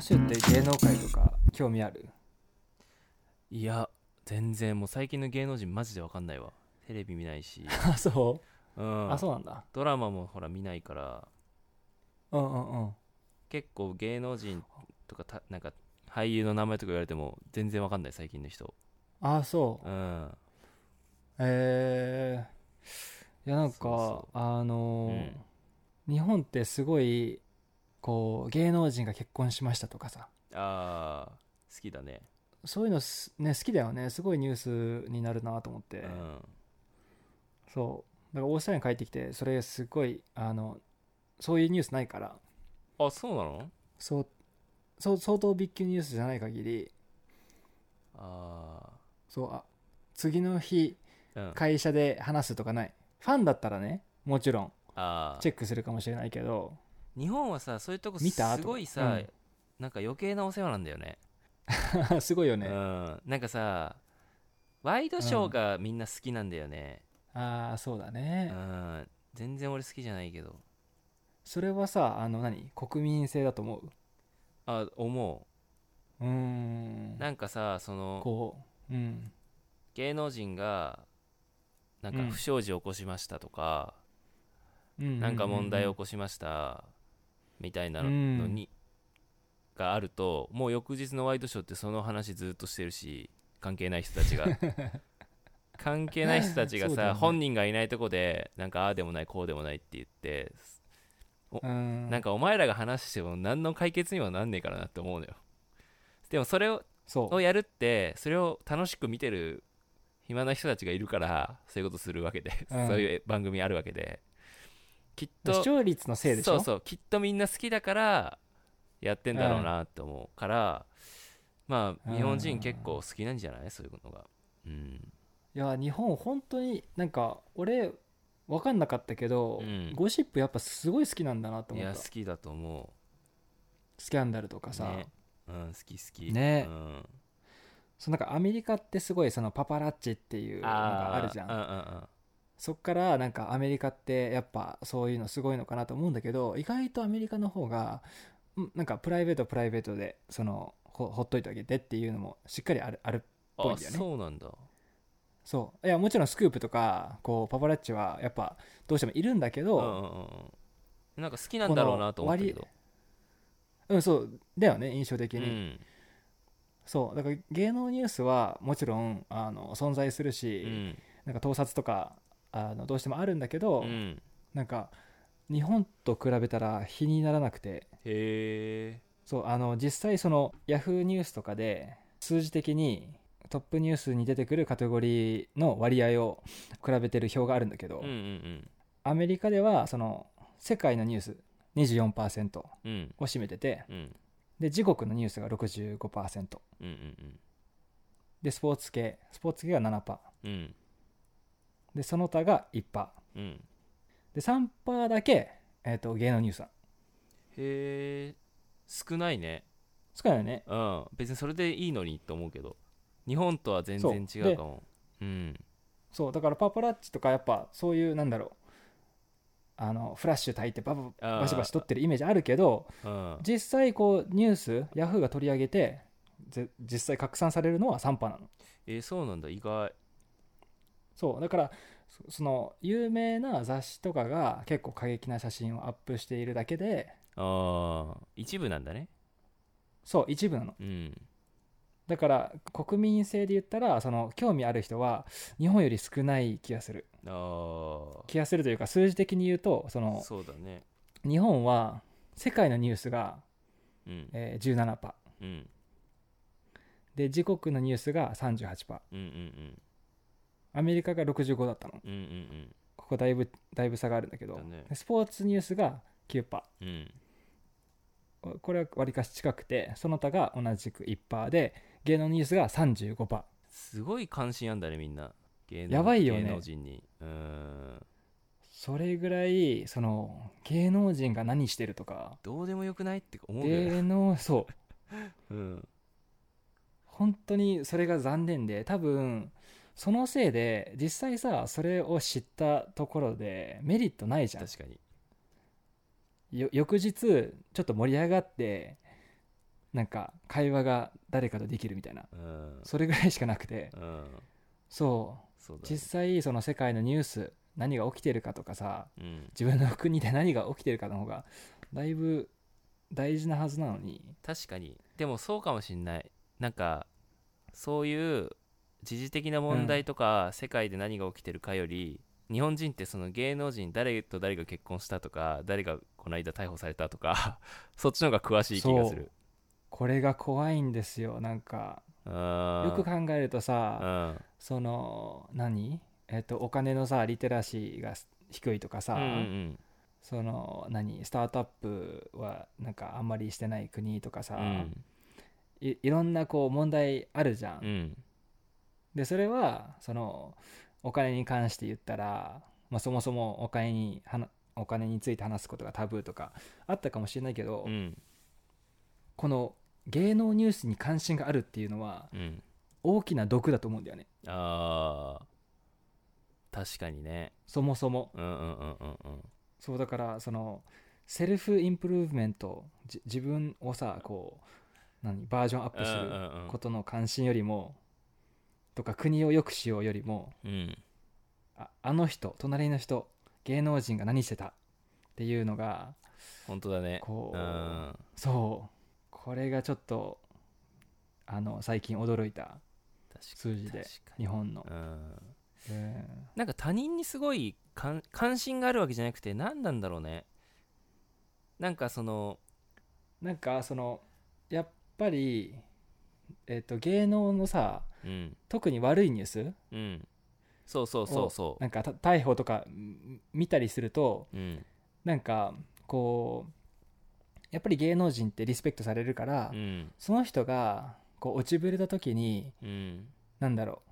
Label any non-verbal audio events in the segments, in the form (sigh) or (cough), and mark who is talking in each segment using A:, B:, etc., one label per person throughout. A: シュって芸能界とか興味ある
B: いや全然もう最近の芸能人マジで分かんないわテレビ見ない
A: (laughs)
B: し、
A: あそうう、
B: ん、
A: あそうなんだ
B: ドラマもほら見ないから
A: うんうんうん
B: 結構芸能人とかたなんか俳優の名前とか言われても全然分かんない最近の人
A: あそう
B: うん
A: えーいやなんか
B: そうそ
A: あのー日本ってすごいこう芸能人が結婚しましたとかさ
B: あー好きだね
A: そういうのすね好きだよねすごいニュースになるなと思って、
B: うん
A: そうだからオーストラリアに帰ってきてそれすごいあのそういうニュースないから
B: あそうなの
A: そうそう相当ビッグニュースじゃない限り
B: あ
A: そうあ次の日
B: ーうん
A: 会社で話すとかないファンだったらねもちろん
B: あー
A: チェックするかもしれないけど (laughs)
B: 日本はさそういうとこ
A: 見た
B: すごい
A: とか
B: さ、
A: うん
B: なんか余計なお世話なんだよね
A: すごいよ
B: う
A: ね、
B: んなんかさワイドショーがみんな好きなんだよね、
A: ああそうだ
B: う
A: ね、
B: ん、全然俺好きじゃないけど
A: それはさあの何国民性だと思う
B: あ思
A: うーん
B: うなんかさその
A: こううん
B: 芸能人がなんか
A: うん
B: 不祥事を起こしましたとか、
A: ううう
B: なんか問題を起こしましたみたいなの
A: うん
B: に、があるともう翌日のワイドショーってその話ずっとしてるし関係ない人たち (laughs) が関係ない人たちが
A: そう
B: さ、
A: だよね
B: 本人がいないとこでなんかああでもないこうでもないって言って
A: うん
B: なんかお前らが話しても何の解決にはなんねえからなって思うのよでもそれを
A: そう
B: をやるってそれを楽しく見てる暇な人たちがいるからそういうことするわけで、
A: うん
B: そういう番組あるわけできっと
A: 視聴率のせいでしょ
B: そうそうきっとみんな好きだからやってんだろうなって思うから、まあ日本人結構好きなんじゃないそういうのがうん
A: いや日本本当になんか俺分かんなかったけど、
B: うん
A: ゴシップやっぱすごい好きなんだなと
B: い
A: 思っ
B: や
A: た
B: 好きだと思
A: スキャンダルとかさ、
B: ねううん好き好き
A: ね
B: うん、
A: そうなんかアメリカってすごいそのパパラッチっていうのがあるじゃん
B: ーうんうんうん
A: そっからなんかアメリカってやっぱそういうのすごいのかなと思うんだけど意外とアメリカの方がうんなんかプライベートプライベートでそのほほっといてあげてっていうのもしっかりあるあるぽい
B: あ
A: んだよね
B: そうなんだ
A: そういやもちろんスクープとかこうパパラッチはやっぱどうしてもいるんだけ
B: うんうん
A: ど、
B: うんうんなんか好きなんだろうなと思ったけど
A: うん、そうだよね印象的
B: う
A: に、
B: ん
A: そうだから芸能ニュースはもちろんあの存在する
B: う
A: し、
B: ん
A: なんか盗撮とかあのどうしてもあるんだけど、
B: うん
A: なんか日本と比べたら比にならなくて
B: へえ
A: そうあの実際そのヤフーニュースとかで数字的にトップニュースに出てくるカテゴリーの割合を比べてる表があるんだけど、
B: うんうん
A: アメリカではその世界のニュース24%を
B: うんうん
A: 占めてて
B: うん
A: で自国のニュースが65%
B: うんうん
A: でスポーツ系スポーツ系が7%
B: うんうん
A: でその他が1%
B: うん
A: で3%だけ、えー、と芸能ニュースは
B: へえ少ないね
A: 少ないよね
B: うん、別にそれでいいのにと思うけど日本とは全然
A: そう
B: 違うかもうん
A: そうだからパパラッチとかやっぱそういうなんだろうあのフラッシュ焚いてババ
B: あー
A: バシバシ撮ってるイメージあるけど
B: うん
A: 実際こうニュースヤフーが取り上げてぜ実際拡散されるのは3波なの
B: えーそうなんだ意外
A: そうだからそその有名な雑誌とかが結構過激な写真をアップしているだけで
B: ああ一部なんだね
A: そう一部なの
B: うん
A: だから国民性で言ったらその興味ある人は日本より少ない気がする
B: ああ
A: 気がするというか数字的に言うとその
B: そうだね
A: 日本は世界のニュースが、
B: うん
A: えー17%パ
B: うん
A: で自国のニュースが38%パ
B: うんうん
A: アメリカが65だったの
B: うんうんうん
A: ここだいぶだいぶ差があるんだけど
B: だね
A: でスポーツニュースが9%パ
B: うんうん
A: これはわりかし近くてその他が同じく1%パで芸能ニュースが35%パ
B: すごい関心あんだねみんな芸能
A: やばいよね
B: 芸能人にうーん
A: それぐらいその芸能人が何してるとか
B: どうでもよくないって思うよね
A: 芸能そう
B: うん
A: 本当にそれが残念で多分そのせいで実際さそれを知ったところでメリットないじゃん
B: 確かに
A: よ翌日ちょっと盛り上がってなんか会話が誰かとできるみたいな
B: うん
A: それぐらいしかなくて
B: うん
A: そう
B: そうだね
A: 実際その世界のニュース何が起きてるかとかさ
B: うん
A: 自分の国で何が起きてるかの方がだいぶ大事なはずなのに
B: 確かにでもそうかもしんないなんかそういう時事的な問題とか、世界で何が起きてるかより日本人ってその芸能人誰と誰が結婚したとか誰がこの間逮捕されたとか (laughs) そっちの方が詳しい気がする
A: これが怖いんですよなんかよ
B: よ
A: く考えると
B: う
A: さ
B: ん
A: その何えっとお金のさリテラシーが低いとかさ、
B: うんうん
A: その何スタートアップはなんかあんまりしてない国とかさ、
B: うん
A: いいろんなこう問題あるじゃん、
B: うん
A: でそれはそのお金に関して言ったら、まあ、そもそもお金にはなお金について話すことがタブーとかあったかもしれないけど、
B: うん
A: この芸能ニュースに関心があるっていうのは
B: うん
A: 大きな毒だと思うんだよね
B: あー確かにね
A: そもそも
B: うんうんうんうんうん
A: そうだからそのセルフインプルーブメントじ自分をさこう何バージョンアップす
B: うん
A: る
B: うんうん
A: ことの関心よりもとか国を良くしようよりも
B: うん
A: ああの人隣の人芸能人が何してたっていうのが
B: 本当だね
A: こう
B: うん
A: そうこれがちょっとあの最近驚いた
B: 確かに
A: 数字で
B: 確かに
A: 日本の、
B: うん
A: うん
B: なんか他人にすごい関関心があるわけじゃなくて何なんだろうねなんかその
A: なんかそのやっぱり、えっと芸能のさ
B: うん
A: 特に悪いニュース
B: うんそうそうそうそ
A: なんかた逮捕とかん見たりすると
B: ううん
A: なんかこうやっぱり芸能人ってリスペクトされるから、
B: うん
A: その人がこう落ちぶれた時に
B: うん
A: なんだろう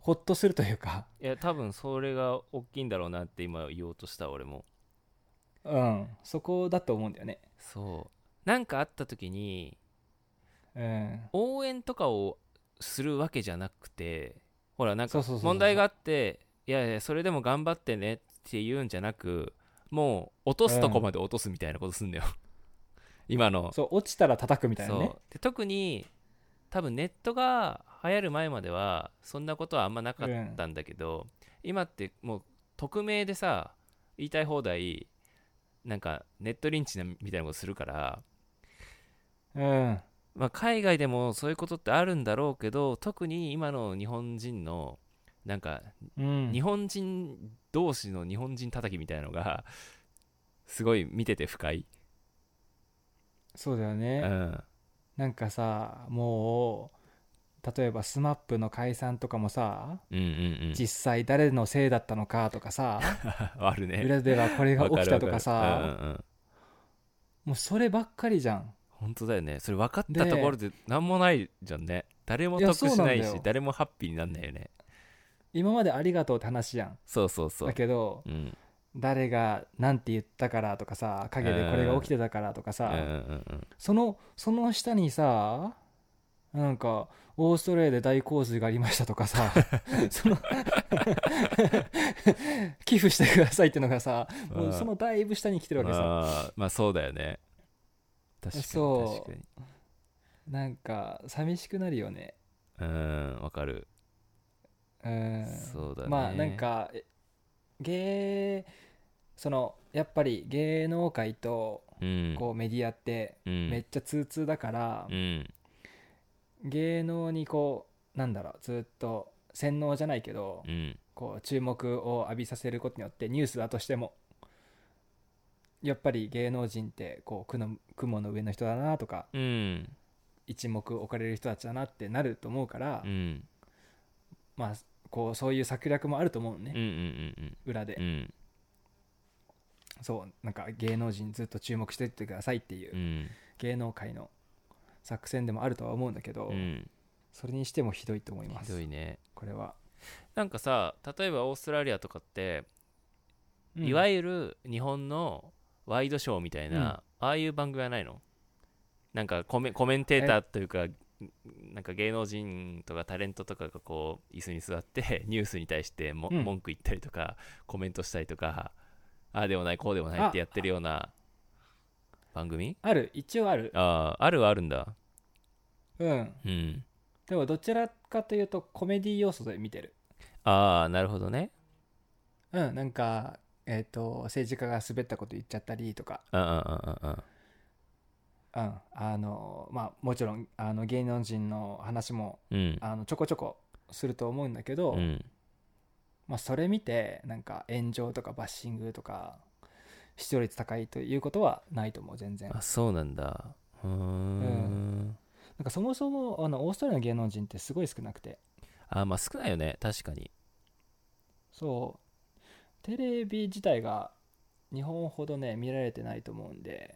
A: ほっとするというか、
B: いや多分それが大きいんだろうなって今言おうとした俺も
A: うん、そこだと思うんだよね。
B: そうなんかあった時に
A: うん、
B: 応援とかをするわけじゃなくてほらなん
A: そ
B: か
A: うそうそうそう
B: 問題があっていやいやそれでも頑張ってねって言うんじゃなくもう落とすとこまで落とすみたいなことすんだよ、 (laughs) 今の
A: そう落ちたら叩くみたいなね
B: そうで特に多分ネットが流行る前まではそんなことはあんまなかったんだけど、今ってもう匿名でさ言いたい放題なんかネットリンチなみたいなことするから、
A: うん
B: まあ、海外でもそういうことってあるんだろうけど特に今の日本人のなんか
A: うん
B: 日本人同士の日本人叩きみたいのがすごい見てて不快、
A: そうだよ
B: う
A: ね、
B: ん、
A: なんかさもう例えば SMAP の解散とかもさ
B: うんうんうん
A: 実際誰のせいだったのかとかさ
B: (laughs) あるね
A: 裏ではこれが起きたとか
B: わるわる
A: さ
B: うんうんうん
A: もうそればっかりじゃん
B: 本当だよねそれ分かったところで何もないじゃんね誰も
A: いや
B: 得しない
A: そうなんだ
B: し
A: よ
B: 誰もハッピーになんないよね
A: 今までありがとうって話じゃん
B: そうそうそう
A: だけど
B: うんうん
A: 誰がなんて言ったからとかさ陰でこれが起きてたからとか
B: う
A: さ、
B: んうんうん
A: そのその下にさなんかオーストラリアで大洪水がありましたとか
B: (laughs)
A: さその寄付してくださいってのがさもうそのだいぶ下に来てるわけさ
B: あーまあそうだよね確かに
A: そう
B: 確かに
A: なんか寂しくなるよね
B: うんわかる
A: うん
B: そうだね
A: まあなんかえ芸そのやっぱり芸能界と
B: うん
A: こうメディアって
B: うん
A: めっちゃ通通だから、
B: うん
A: 芸能にこうなんだろうずっと洗脳じゃないけど、
B: うん
A: こう注目を浴びさせることによってニュースだとしてもやっぱり芸能人ってこう雲の雲の上の人だなとか
B: うん
A: 一目置かれる人たちだなってなると思うから、
B: うん
A: まあこうそういう策略もあると思う
B: うんうん
A: ね、
B: うん
A: 裏で、
B: うんうん
A: そうなんか芸能人ずっと注目してってくださいっていううん芸能界の作戦でもあるとは思うんだけど、
B: うん
A: それにしてもひどいと思いま
B: ひ
A: す
B: どいね
A: これは、
B: なんかさ例えばオーストラリアとかっていわ
A: ゆる
B: ゆる日本のワイドショーみたいな、ああいう番組はないのなんかコメコメンテーターというかなんか芸能人とかタレントとかがこう椅子に座
A: (laughs)
B: ってニュースに対しても、
A: うん
B: 文句言ったりとかコメントしたりとかああでもないこうでもない
A: あ
B: ってやってるような番組
A: ある一応ある
B: あああるはあるんだ
A: うん
B: うん
A: でもどちらかというとコメディ要素で見てる
B: ああなるほどね
A: うんなんかえっ、と政治家が滑ったこと言っちゃったりとか
B: うんうんうんうんうん
A: うんあのまあもちろんあの芸能人の話も
B: うん
A: あのちょこちょこすると思うんだけど、
B: うん
A: まあ、それ見てなんか炎上とかバッシングとか視聴率高いということはないと思う全然
B: あそうなんだうーん
A: うなんかそもそもあのオーストラリアの芸能人ってすごい少なくて
B: あーまあ少ないよね確かに
A: そうテレビ自体が日本ほどね見られてないと思うんで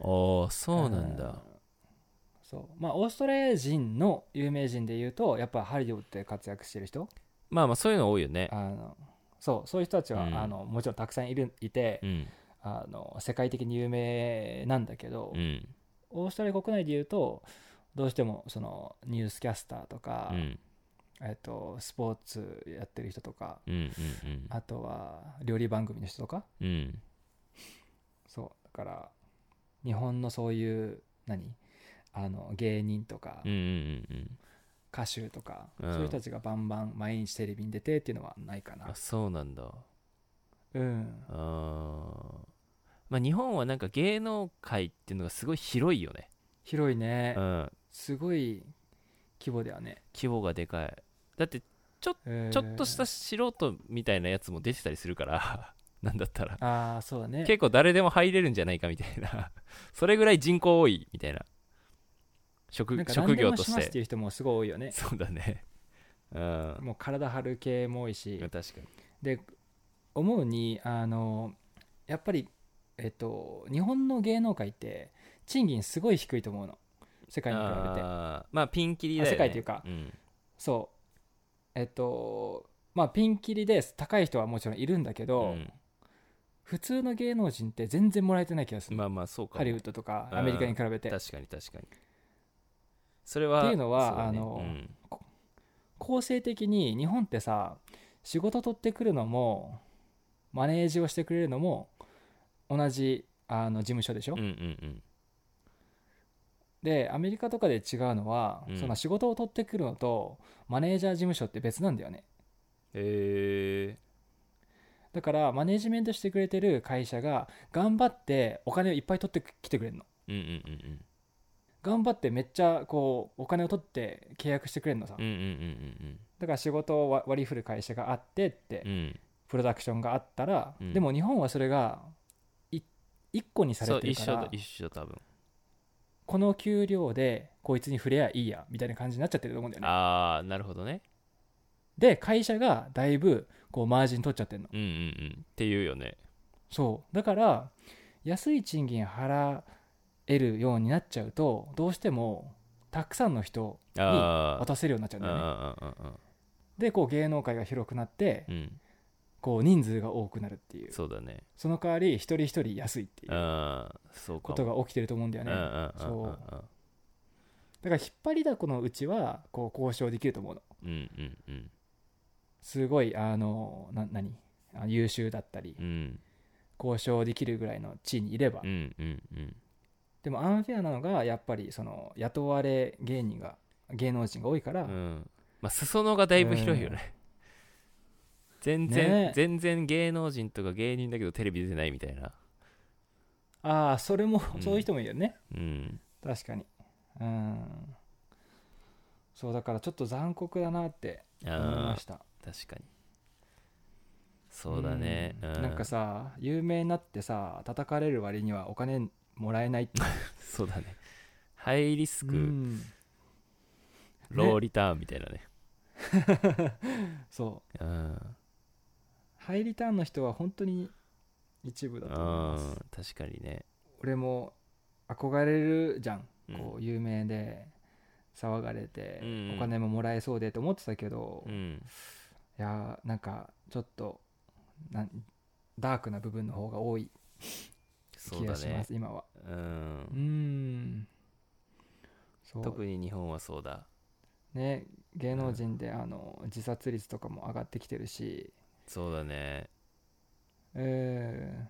B: ああそうなんだ
A: そうまあオーストラリア人の有名人で言うとやっぱハリウッドで活躍してる人
B: まあまあそういうの多いよね
A: あのそうそういう人たちは、
B: うん
A: あのもちろんたくさんいるいて、
B: うん
A: あの世界的に有名なんだけど、
B: うん
A: オーストラリア国内で言うとどうしてもそのニュースキャスターとか、
B: うん
A: えっとスポーツやってる人とか
B: うんうん
A: あとは料理番組の人とか
B: うんうん
A: そうだから日本のそういう何あの芸人とか
B: うんうんうんうん
A: 歌手とか、
B: うん
A: そういう人たちがバンバン毎日テレビに出てっていうのはないかな
B: あそうなんだ
A: うん
B: あーまあ日本はなんか芸能界っていうのがすごい広いよね
A: 広いね、
B: うん
A: すごい規模だよね、
B: 規模がでかいだって
A: えー
B: ちょっとした素人みたいなやつも出てたりするから (laughs) なんだったら
A: ああそうだね
B: 結構誰でも入れるんじゃないかみたいな (laughs) それぐらい人口多いみたいな職
A: なんか
B: 職
A: 何で
B: 業
A: も
B: と
A: し
B: し
A: ますってていう人もすごい多いよね
B: そうだねうん
A: もう体張る系も多いし
B: 確かに
A: で思うにあのやっぱりえっと日本の芸能界って賃金すごい低いと思うの世界に比べて
B: あーまあピンキリだよね
A: あ世界というか
B: ん
A: そうえっとまあピンキリで高い人はもちろんいるんだけど、
B: うん
A: 普通の芸能人って全然もらえてない気がする、
B: まあまあそうかも
A: ハリウッドとか
B: うん
A: アメリカに比べて
B: 確かに確かにそれ
A: っ
B: は
A: ていうのは
B: そだね
A: あの
B: うん
A: 構成的に日本ってさ仕事取ってくるのもマネージをしてくれるのも同じあの事務所でしょ、
B: うんうん
A: でアメリカとかで違うのは、
B: うん
A: その仕事を取ってくるのとマネージャー事務所って別なんだよね
B: え
A: だからマネージメントしてくれてる会社が頑張ってお金をいっぱい取ってきてくれるの
B: ー、うんうんうん
A: 頑張ってめっちゃこうお金を取って契約してくれるのさ、
B: うんうんうん
A: だから仕事を割割り振る会社があってって、
B: うんうんうん
A: プロダクションがあったら、
B: うん
A: でも日本はそれがい一個にさ
B: そ
A: れ
B: う
A: てる
B: 一
A: か
B: 緒だ
A: ら
B: 一緒多分
A: この給料でこいつに触れやいいやみたいな感じになっちゃってると思うんだよね
B: ああなるほどね
A: で会社がだいぶこうマージン取っちゃってるの
B: うんうんうんっていうよね
A: そうだから安い賃金払えるようになっちゃうとどうしてもたくさんの人に
B: あー
A: 渡せるようになっちゃうんだよね
B: あーあーあーあ
A: でこう芸能界が広くなって
B: ーうん
A: こう人数が多くなるっていう
B: そうだね
A: その代わり一人一人安いっていう
B: ああそうか
A: こ
B: も
A: とが起きてると思うんだよ
B: うん
A: ね
B: うん
A: だ
B: うんうん
A: から引っ張りだこのうちはこう交渉できると思うの
B: うんうんうん
A: すごいあのな何あの優秀だったり
B: うん
A: 交渉できるぐらいの地位にいれば
B: うんうんうん
A: でもアンフェアなのがやっぱりその雇われ芸人が芸能人が多いから、
B: うんまあ裾野がだいぶ広いよね全
A: ね
B: 然
A: え
B: 全然芸能人とか芸人だけどテレビ出てないみたいな
A: ああそれも
B: うん
A: そういう人もいるよね、
B: うん
A: 確かにうんそうだからちょっと残酷だなって思い
B: あ
A: ま
B: あ
A: した
B: 確かにそうだね
A: う
B: うんん
A: なんかさ有名になってさ叩かれる割にはお金もらえないって
B: (laughs) そうだねハイリス
A: う
B: ク
A: ん
B: ローリターンみたいなね
A: そう
B: うん
A: ハイリターンの人は本当に一部
B: う
A: だと思います
B: ん確かにね
A: 俺も憧れるじゃん
B: うん
A: こう有名で騒がれて
B: うんうん
A: お金ももらえそうでと思ってたけど、
B: う
A: い
B: ん
A: やーなんかちょっとなんダークな部分の方が多い
B: そ
A: 気
B: う
A: が
B: だ
A: しま
B: ね
A: す、今は
B: うん
A: うーんそう
B: 特に日本はそうだ
A: ね芸能人であの自殺率とかも上がってきてるし
B: そうだね
A: え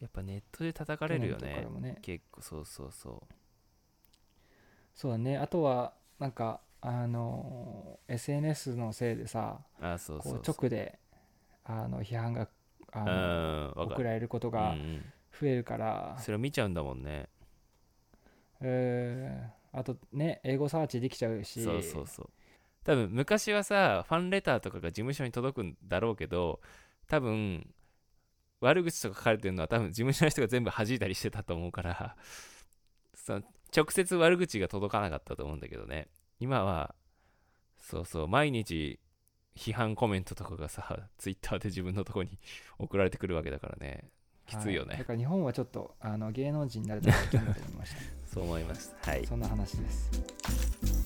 B: やっぱネットで叩
A: ー
B: かれるよ
A: 去年とか
B: ね
A: でもね
B: 結構そうそうそ
A: そうだねあとはなんかあの SNS のせいでさ
B: あそうそ
A: こ
B: う
A: う
B: そう
A: 直であの批判があ
B: う
A: の
B: んわか
A: 送
B: る
A: られること
B: うんう
A: が
B: ん
A: 増えるから、
B: それを見ちゃうんだもんね
A: えーあとね英語サーチできちゃうし
B: そうそうそう多分昔はさファンレターとかが事務所に届くんだろうけど多分悪口とか書かれてるのは多分事務所の人が全部弾いたりしてたと思うから (laughs) その直接悪口が届かなかったと思うんだけどね今はそうそう毎日批判コメントとかがさツイッターで自分のとこに (laughs) 送られてくるわけだからねきついよね、
A: はだから日本はちょっ
B: (laughs)
A: とあの芸能人になれたらいいなと思いまし
B: そう思いますはい
A: たそんな話です